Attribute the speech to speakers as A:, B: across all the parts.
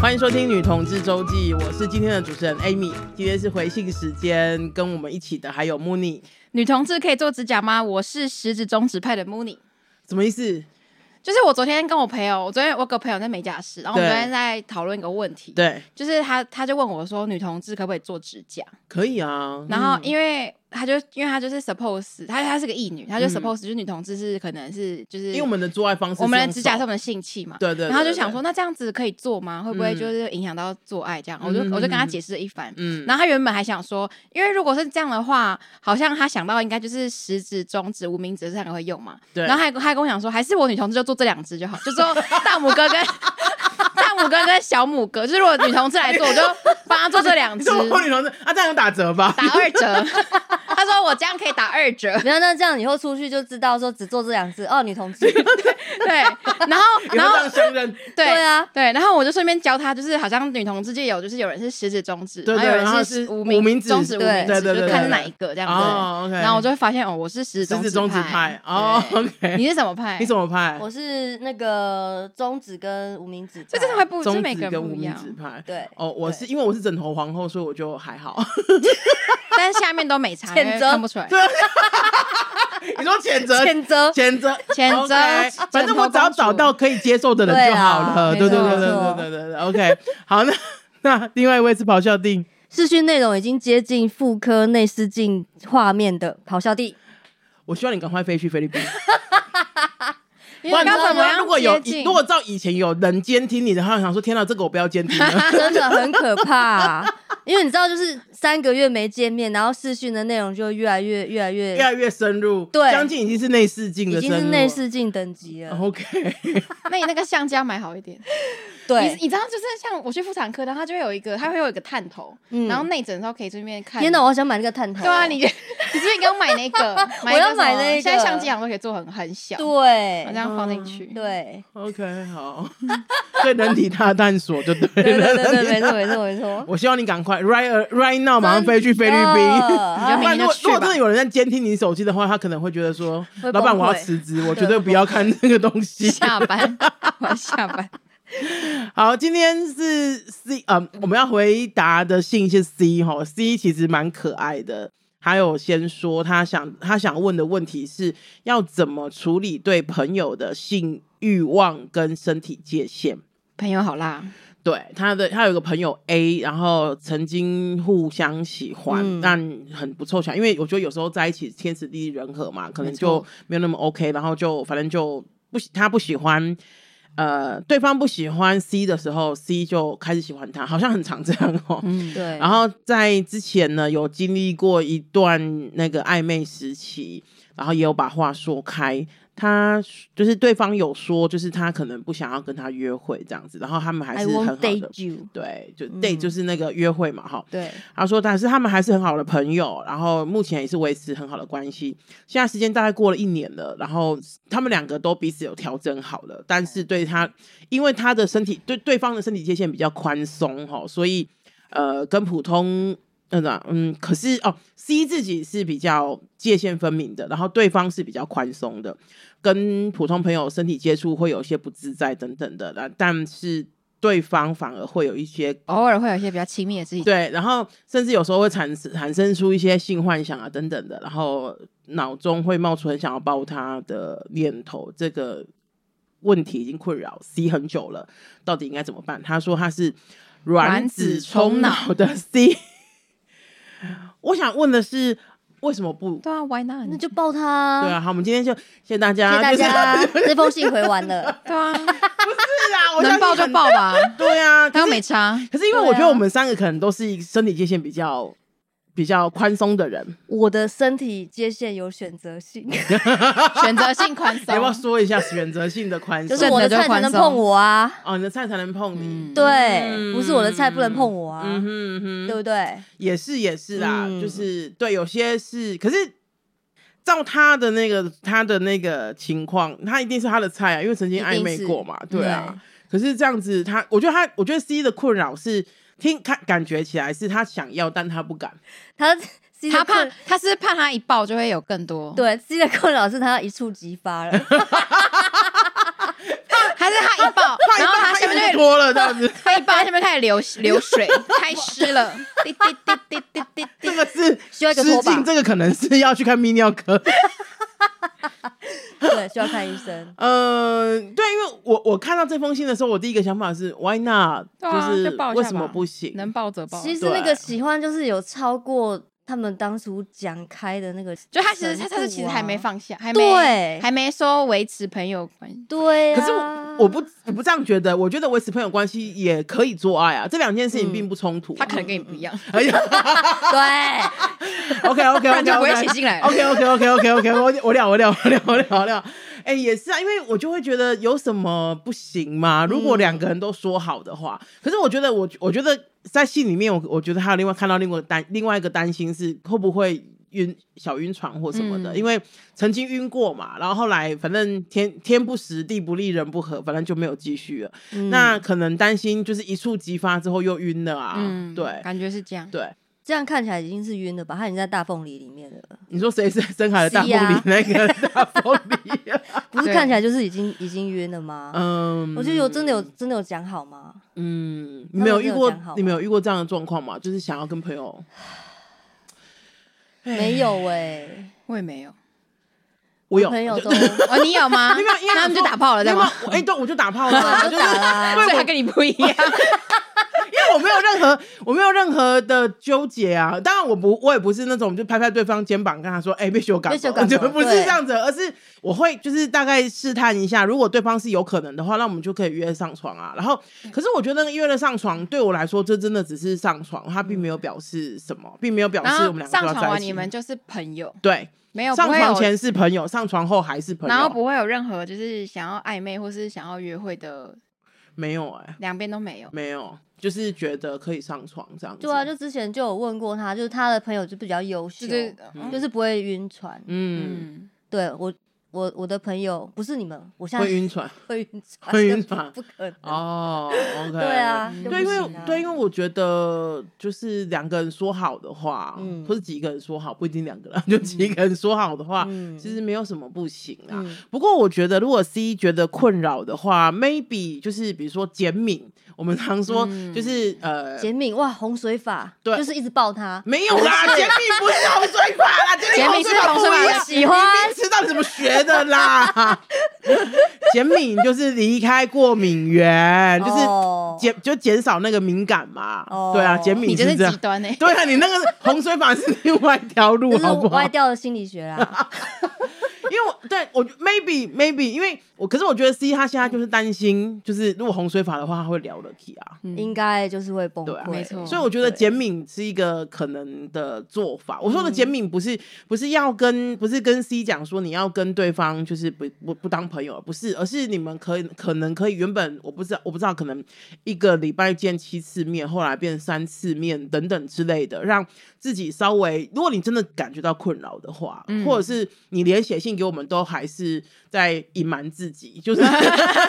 A: 欢迎收听《女同志周记》，我是今天的主持人 Amy。今天是回信时间，跟我们一起的还有 Mooney，
B: 女同志可以做指甲吗？我是食指中指派的 Mooney。
A: 什么意思？
B: 就是我昨天跟我朋友，我昨天我有个朋友在美甲师，然后我们
A: 对
B: 昨天在讨论一个问题，
A: 对，
B: 就是他他就问我说，女同志可不可以做指甲？
A: 可以啊。
B: 然后因为他就因为他就是 suppose 他他是个异女，他就
A: 嗯
B: suppose 就是女同志是可能是就是
A: 因为我们的做爱方式，
B: 我们的指甲是我，们的性器嘛，
A: 对对对
B: 然后就想说，那这样子可以做吗？会不会就是影响到做爱这样？我就我就跟他解释了一番。
A: 嗯，
B: 然后他原本还想说，因为如果是这样的话，好像他想到应该就是食指、中指、无名指这三个会用嘛。
A: 对
B: 然后他还他还跟我讲说，还是我女同志就做这两只就好，就做大拇 哥跟大拇哥跟小拇哥，就是如果女同志来做，我就帮她做这两
A: 你
B: 只
A: 说，我女同志啊，这样有打折吧？
B: 打二折。 他说我这样可以打二折，
C: 没有，那这样以后出去就知道说只做这两只哦，女同志。
B: 对。然后
A: 有没
B: 然
A: 有
B: 后
A: 这样相认？
B: 对
C: 对啊，
B: 对，然后我就顺便教他，就是好像女同志界有，就是有人是食指、中指，
A: 对对
B: 然
A: 然
B: 后有
A: 后
B: 人是
A: 是
B: 无
A: 无名指
B: 中指、无名
C: 对
A: 对
B: 指，
A: 对
B: 就
A: 对
B: 看是
A: 对
B: 哪一个这样子。
A: 哦，OK。
B: 然后我就会发现哦，我是食指、
A: 食指
B: 中
A: 中指派哦
B: 对
A: ，OK。
B: 你是什么派？
A: 你怎么派？
C: 我是那个中指跟无名指派，
B: 这真的会不，这
A: 中
B: 每
A: 指
B: 个
A: 跟
B: 人
A: 无
B: 不一
A: 名
B: 样，
A: 指派。
C: 对
A: 哦，我是
C: 对
A: 因为我是枕头皇后，所以我就还好。
B: 但是下面都没差，因
C: 谴
B: 为
C: 责
B: 看不出来。啊
A: 你说谴责
C: 谴 责。
A: 谴责，
B: 谴责
A: OK，反正我只要找到可以接受的人就好了。对
B: 对啊
A: 对对
B: 没
A: 对
C: 错
A: 对对对对，OK。好， 那那另外一位是咆哮帝，
C: 视讯内容已经接近妇科内视镜画面的咆哮帝，
A: 我希望你赶快飞去菲律宾。
B: 因
A: 不
B: 为
A: 然你
B: 刚
A: 知道
B: 怎么
A: 吗？
B: 样
A: 如果有
B: 接近
A: 如果照以前有人监听你的，他会想说：天哪，这个我不要监听了。
C: 真的很可怕、因为你知道，就是三个月没见面，然后视讯的内容就越来越越来越
A: 越来越深入，
C: 对
A: 将近已经是内视镜
C: 已
A: 的深
C: 经
A: 入了，
C: 是内视镜等级了。
A: OK，
B: 那你那个橡胶买好一点。你
C: 对，
B: 你知道，就是像我去妇产科，然后它就会有一个，它会有一个探头，
C: 嗯
B: 然后内诊的时候可以顺便看。
C: 天哪，我好想买那个探头。哦
B: 对啊， 你你是不是应该买那个？ 买
C: 我要
B: 什么
C: 买那个
B: 现在相机好像都可以做很很小，我这
C: 对
B: 样放进去。
C: 对
A: OK，好， 对人体大探索就对
C: 对
A: 了。
C: 对对
A: 人
C: 对，没
A: 体
C: 错
A: 大
C: 没错没 错。
A: 我希望你赶快 right uh, right now 马上飞去菲律
C: 真
A: 宾。
C: 的
B: 你就
A: 不然如
B: 明
A: 果
B: 天就去
A: 如
B: 吧
A: 果真的有人在监听你手机的话，他可能会觉得说
C: 会，
A: 老板
C: 崩溃
A: 我要辞职，我绝对不要看这个东西。
B: 下班，我要下 班。
A: 好，今天是 C，嗯、我们要回答的信是 C 哈，C 其实蛮可爱的。还有先说他想他想问的问题是要怎么处理对朋友的性欲望跟身体界限。
B: 朋友好啦，
A: 对他的，他有个朋友 A，然后曾经互相喜欢，
C: 嗯
A: 但很不凑巧，因为我觉得有时候在一起天时地利人和嘛，可能就没有那么 OK，然后就反正就不喜他不喜欢，呃，对方不喜欢 C 的时候，C 就开始喜欢他，好像很常这样哦。
B: 嗯，
C: 对，
A: 然后在之前呢，有经历过一段那个暧昧时期，然后也有把话说开。他就是对方有说，就是他可能不想要跟他约会这样子，然后他们还
C: I
A: 是很好
C: won't
A: 的
C: date you。
A: 对，就 date 就是那个约会嘛，哈。
C: 对，
A: 他说，但是他们还是很好的朋友，然后目前也是维持很好的关系。现在时间大概过了一年了，然后他们两个都彼此有调整好了，但是对他，因为他的身体对对方的身体界限比较宽松哈，所以呃，跟普通那个嗯，可是哦，C 自己是比较界限分明的，然后对方是比较宽松的，跟普通朋友身体接触会有一些不自在等等的，但但是对方反而会有一些
B: 偶尔会有一些比较亲密的事情。
A: 对，然后甚至有时候会产生产生出一些性幻想啊等等的，然后脑中会冒出很想要抱他的念头。这个问题已经困扰 C 很久了，到底应该怎么办？他说他是卵
B: 卵子
A: 子冲
B: 冲
A: 脑的 C。我想问的是，为什么不？
B: 对啊，Why not？
C: 那就抱他。
A: 对啊，好，我们今天就谢谢大
C: 谢
A: 家，
C: 谢大
A: 啊就是、
C: 家，这封信回完了。
B: 对 啊，
A: 是啊， 我
B: 能
A: 相
B: 抱
A: 信
B: 就
A: 很
B: 抱。吧，
A: 对 啊，可
B: 他又
A: 是
B: 没差。
A: 可是因为我
C: 对啊
A: 觉得我们三个可能都是身体界限比较比较宽松的人，
C: 我的身体界限有选择性，
B: 选择性宽
A: 你 要不要
B: 松，
A: 说一下选择性的宽
C: 就
A: 松？
C: 是我的菜才能碰我啊。
A: 哦，你的菜才能碰你。
B: 嗯
C: 对，不是我的菜不能碰我啊，
A: 嗯哼嗯哼，
C: 对不对？
A: 也是也是啦，
C: 嗯
A: 就是对，有些是，可是照他的那个他的那个情况，他一定是他的菜啊，因为曾经暧昧过嘛，
C: 一定是
A: 对啊。可是这样子他，我觉得他，我觉得 C 的困扰是听看感觉起来是他想要，但他不敢。
C: 他
B: 他
C: 他
B: 怕他是怕他一抱就会有更多，
C: 对自己的困扰是他一触即发了，
B: 还是他一抱，然后
A: 他他
B: 下面就
A: 衣
B: 会
A: 服脱了这样 子，
B: 他一扒下面开始流流水， 太湿 了，滴滴滴滴滴滴滴
A: 这。个是
C: 需要一个
A: 失
C: 拖把
A: 禁，这个可能是要去看泌尿科。
C: 对，需要看医 生。
A: 呃，对，因为我我看到这封信的时候，我第一个想法是 Why not？、
B: 对啊
A: 是
B: 就报一下
A: 为什么
B: 吧啊
A: 不行？
B: 能抱则抱。
C: 其实
A: 对
C: 那个喜欢就是有超过他们当初讲开的那个程度啊，啊
B: 就他其实他他是其实还没放下，还没
C: 对，
B: 还没说维持朋友关系。
C: 对啊、
A: 可是我我不我不这样觉得，我觉得维持朋友关系也可以做爱啊，这两件事情
C: 嗯
A: 并不冲突啊、
B: 他可能跟你不一样，
A: 哎呀
C: 对，
A: ，OK
B: 不
A: OK
B: 然
A: OK
B: 就不会
A: OK
B: 写进来了。
A: OK OK OK OK OK，我我聊我聊我聊我聊我聊，哎、也是啊，因为我就会觉得有什么不行吗？如果两个人都说好的话，可是我觉得我我觉得在戏里面我，我觉得还有另外看到另外一个担另外一个担心是会不会。晕小晕船或什么的，
B: 嗯
A: 因为曾经晕过嘛，然后后来反正天天不时地不利人不和，反正就没有继续了。
C: 嗯
A: 那可能担心就是一触即发之后又晕了啊，
B: 嗯，
A: 对
B: 感觉是这样。
A: 对。
C: 这样看起来已经是晕了吧？他已经在大凤梨里面了，
A: 你说谁是深海的大
C: 是
A: 凤
C: 呀
A: 梨那个大凤 梨、
C: 不是
B: 对
C: 看起来就是已经已经晕了吗？
A: 嗯，
C: 我觉得有真的有真的有讲好吗？
A: 嗯，你没
C: 他们
A: 有
C: 真
A: 遇
C: 的
A: 过
C: 讲好，
A: 你没有遇过这样的状况吗？就是想要跟朋友，
C: 没有哎、
B: 我也没有。
A: 我有
C: 朋友
A: 我 就
C: 都
B: 哦，你有 吗？
A: 没有，因为
B: 那他们就打炮了，
A: 对
B: 对吗？
A: 我哎，对，我就打炮了 啊，
C: 对
A: 就
C: 就是打了啊
A: 对
B: 所以
A: 我
B: 他跟你不一样。
A: 因为我没有任何， 我没有任何的纠结啊。当然，我不，我也不是那种就拍拍对方肩膀跟他说：“哎、被修改。”
C: 被修改
A: 就
C: 了
A: 不是
C: 对
A: 这样子，而是我会就是大概试探一下，如果对方是有可能的话，那我们就可以约上床啊。然后，
B: 嗯
A: 可是我觉得那个约了上床，对我来说，这真的只是上床，他并没有表示什么，并没有表
B: 然
A: 示我
B: 后
A: 们两个
B: 上
A: 就要
B: 床
A: 在一
B: 完
A: 起。
B: 你们就是朋友，
A: 对，
B: 没有
A: 上
B: 不会
A: 床
B: 有，
A: 前是朋友，上床后还是朋友，
B: 然后不会有任何就是想要暧昧或是想要约会的，
A: 没有哎、
B: 两边都没有。
A: 没有，就是觉得可以上床这样子。
C: 对啊，就之前就有问过他，就是他的朋友就比较优秀，
B: 就是嗯
C: 就是不会晕船。
A: 嗯，
B: 嗯，
C: 对我我我的朋友不是你们，我现在
A: 会晕船。
C: 会晕船，
A: 会晕船
C: 不可能。
A: 哦，OK，
C: 对啊，就
A: 对，因
C: 不
A: 为
C: 行啊
A: 对，因为我觉得就是两个人说好的话，
C: 嗯
A: 或者几个人说好，不一定两个人， 就几个人说好的话，
C: 嗯
A: 其实没有什么不行啊。
C: 嗯
A: 不过我觉得，如果 C 觉得困扰的话，maybe 就是比如说减敏，我们常说
B: 嗯
A: 就是、呃。
C: 减敏哇，洪水法，
A: 对
C: 就是一直抱他，
A: 没有啦，减敏不是洪水法啦，
B: 简
A: 敏
B: 敏是
A: 洪
B: 洪
A: 水
B: 水
A: 法
B: 法
A: 不一样，
B: 我
C: 喜欢
A: 你明知道你怎么学的啦。 减敏就是离开过敏源，就是
C: 哦
A: 减就减少那个敏感嘛。
C: 哦
A: 对啊，减敏
B: 你真
A: 是
B: 是
A: 这样
B: 极。端哎。
A: 对啊，你那个洪水法是另外一条路，
C: 这
A: 好
C: 是
A: 不好
C: 歪？掉的心理学啦。
A: 因为我对我 maybe maybe，因为我可是我觉得 C 他现在就是担心，就是如果洪水法的话，他会聊得起啊。
C: 应该就是会崩
A: 对啊
B: 嗯
C: 溃，
B: 没错
A: 所以我觉得
C: 对
A: 减敏是一个可能的做法。我说的减
B: 嗯
A: 敏不是、不是要跟不是跟 C 讲说你要跟对方就是不不不当朋友，不是，而是你们可以可能可以原本我不知道我不知道可能一个礼拜见七次面，后来变三次面等等之类的，让自己稍微，如果你真的感觉到困扰的话，
B: 嗯
A: 或者是你连写信给我们都还是在隐瞒自己，就是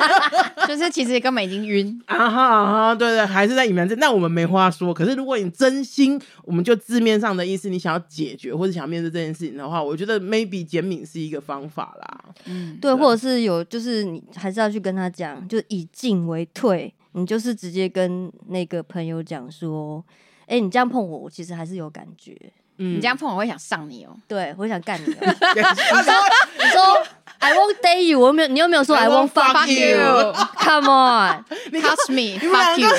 B: 就是其实根本已经晕，
A: 啊哈啊哈，对对，还是在隐瞒这，那我们没话说。可是如果你真心，我们就字面上的意思，你想要解决或者想要面对这件事情的话，我觉得 maybe 减敏是一个方法啦。
B: 嗯，
C: 对，或者
A: 啊
C: 是有，就是你还是要去跟他讲，就以进为退，你就是直接跟那个朋友讲说，哎、你这样碰我，我其实还是有感觉，
A: 嗯，
B: 你这样碰我会想上你哦。
C: 对我想干你、哦
A: 对，他说
C: 你说 I won't date you，我又没有，你又没有说
A: I
C: I
A: won't
C: won't
A: fuck
C: fuck
A: you
C: you，Come on，
B: Touch me,
A: 们两
B: fuck you。
A: 个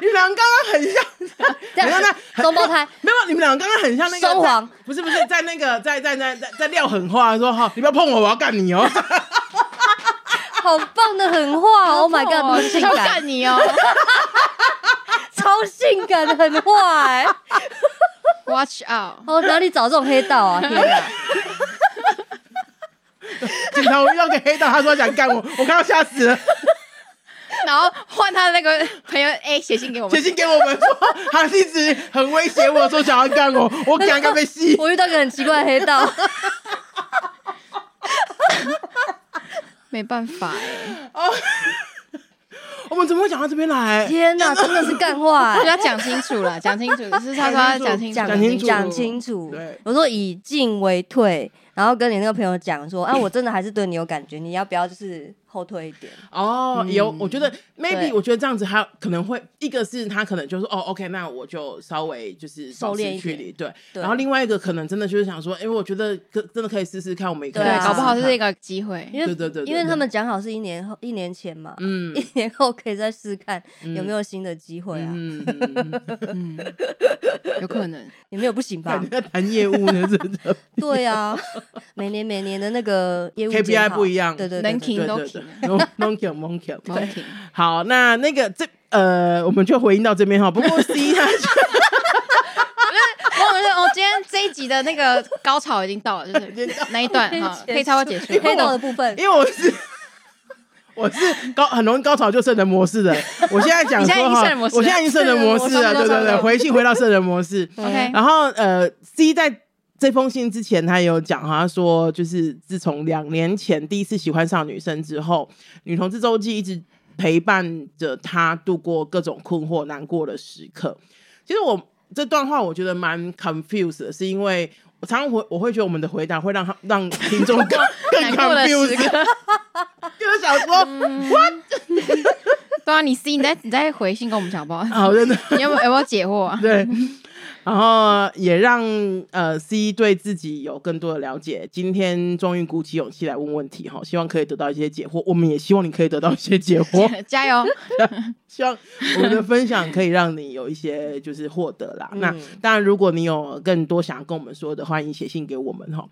A: 你们两个刚刚很像，
C: 这
A: 很像
C: 样
A: 在
C: 双胞胎，
A: 没有，你们两个刚刚很像那个
C: 双簧
A: 在，不是不是，在那个在在在在在撂狠话，说哈，你不要碰我，我要干你哦。
C: 好棒的狠 话，Oh my
B: 哦
C: god，多性
B: 要
C: 感，
B: 干你哦！
C: 超性感的狠话、哎，
B: Watch out！
C: 哦，哪里找这种黑道啊？ 天哪！
A: 警察，我遇到个黑道，他说想干我，我看到吓死了。
B: 然后换他的那个朋友 A 写信给我
A: 写
B: 们，
A: 信给我们说，他一直很威胁我说想要干我，我刚刚被戏。
C: 我遇到个很奇怪的黑道，
B: 没办法哎，
A: 我们怎么会讲到这边来？
C: 天哪，真的是干话、哎
B: 就要讲清楚了，讲清楚，是他说要讲清楚，
A: 讲清楚
C: 讲清楚
A: 对
C: 我说以进为退，然后跟你那个朋友讲说，啊，我真的还是对你有感觉，你要不要就是后退一点？
A: 哦，有，我觉得 maybe
C: 嗯对
A: 我觉得这样子他可能会一个是他可能就说哦，OK，那我就稍微就是
C: 收
A: 保持
C: 敛一
A: 距
C: 点
A: 离，对。
C: 对
A: 然后另外一个可能真的就是想说，因为我觉得可真的可以试试看，我们也可以
C: 对
B: 对
C: 啊，
A: 试
B: 搞不好
A: 试
B: 是一
A: 看
B: 个机会。
C: 因为
A: 对对对对
C: 因为
A: 对
C: 他们讲好是一年后一年前嘛，
A: 嗯
C: 一年后可以再试试看有没有新的机会啊，
A: 嗯，嗯嗯嗯
B: 嗯，有可能。
C: 也没有不行吧
A: 你？在嗯 谈业务呢，真的
C: 对啊， 每年每年的那个业务
A: KPI
C: 检讨
A: 不一样
C: 对对对
B: 能
C: 对
B: 停
A: 对
B: 都
A: 对
B: 停
A: 对，non kill non kill，
B: 不好
A: 对。
B: 听，
A: 好，那那个这呃，我们就回应到这边哈。不过 C 他
B: 我们说，我今天这一集的那个高潮 已经到了，就
A: 已经到
B: 是那一段哈，可以差不 多结束
C: 对 黑
B: 了。
C: 道的部分，
A: 因为我是我是高很容易高潮就圣人模式的，我现在讲
B: 你现在
A: 说
B: 已经
A: 哈
B: 圣人模，式
A: 我现在已经圣人模式了，
B: 圣
A: 对
B: 人模式
A: 对
B: 差
A: 对，
B: 不多
A: 回信回到圣人模式。
C: 嗯
B: OK，
A: 然后呃，C 在这封信之前，他有讲，他说就是自从两年前第一次喜欢上女生之后，女同志周记一直陪伴着他度过各种困惑、难过的时刻。其实我这段话我觉得蛮 confused 的，是因为我常常会我会觉得我们的回答会让他让听众更更
B: 难过的时
A: confused，
B: 刻。
A: 就是想说
B: 对啊，你 C，你再你再回信跟我们讲好不好？
A: 好哦真的。
B: 你有没有有没有解惑 啊？
A: 对，然后也让呃 C 对自己有更多的了解。今天终于鼓起勇气来问问题哈，希望可以得到一些解惑。我们也希望你可以得到一些解惑，
B: 加 油！
A: 希望我们的分享可以让你有一 些就是获得啦。那
C: 嗯
A: 当然，如果你有更多想要跟我们说的，欢迎写信给我们哈。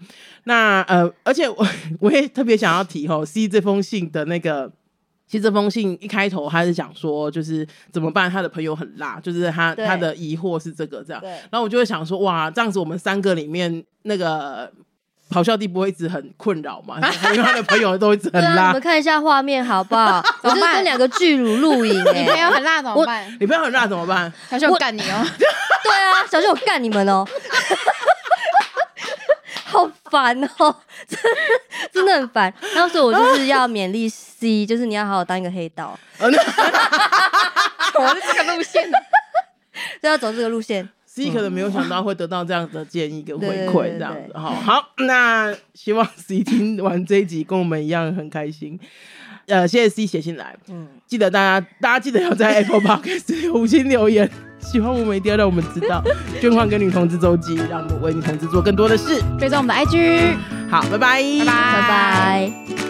A: 那呃，而且我 我也特别想要提哈，C 这封信的那个。其实这封信一开头，他是讲说，就是怎么办？他的朋友很辣，就是他
C: 对
A: 他的疑惑是这个这样。
C: 对
A: 然后我就会想说，哇，这样子我们三个里面那个咆哮帝不会一直很困扰嘛？ 因为他的朋友都一直很
C: 对啊，你
A: 辣
C: 们，看一下画面好不 好？我就是跟两个巨乳露营
B: 你
C: 哎、
B: 朋友很辣怎么办？
A: 你朋友很辣怎么办？
B: 小秀干你哦！
C: 对啊，小心我干你们哦、 好烦哦、真的真的很烦。然后所以我就是要勉励 C，就是你要好好当一个黑道，
A: 呃那
B: 我 是这个路线的，
C: 就要走这个路线。
A: C 可能没有想到会得到这样子的建议跟回
C: 嗯对对
A: 馈，
C: 对
A: 这样子
C: 对
A: 哈。好，那希望 C 听完这一集跟我们一样很开心。呃，谢谢 C 写信来，
C: 嗯，
A: 记得大家大家记得要在 Apple Podcast 留五星留言，喜欢我们一定要让我们知 道。捐款给女同志周记，让我们为女同志做更多的事。
B: 追踪我们的 IG，
A: 好，拜拜，
B: 拜
C: 拜拜。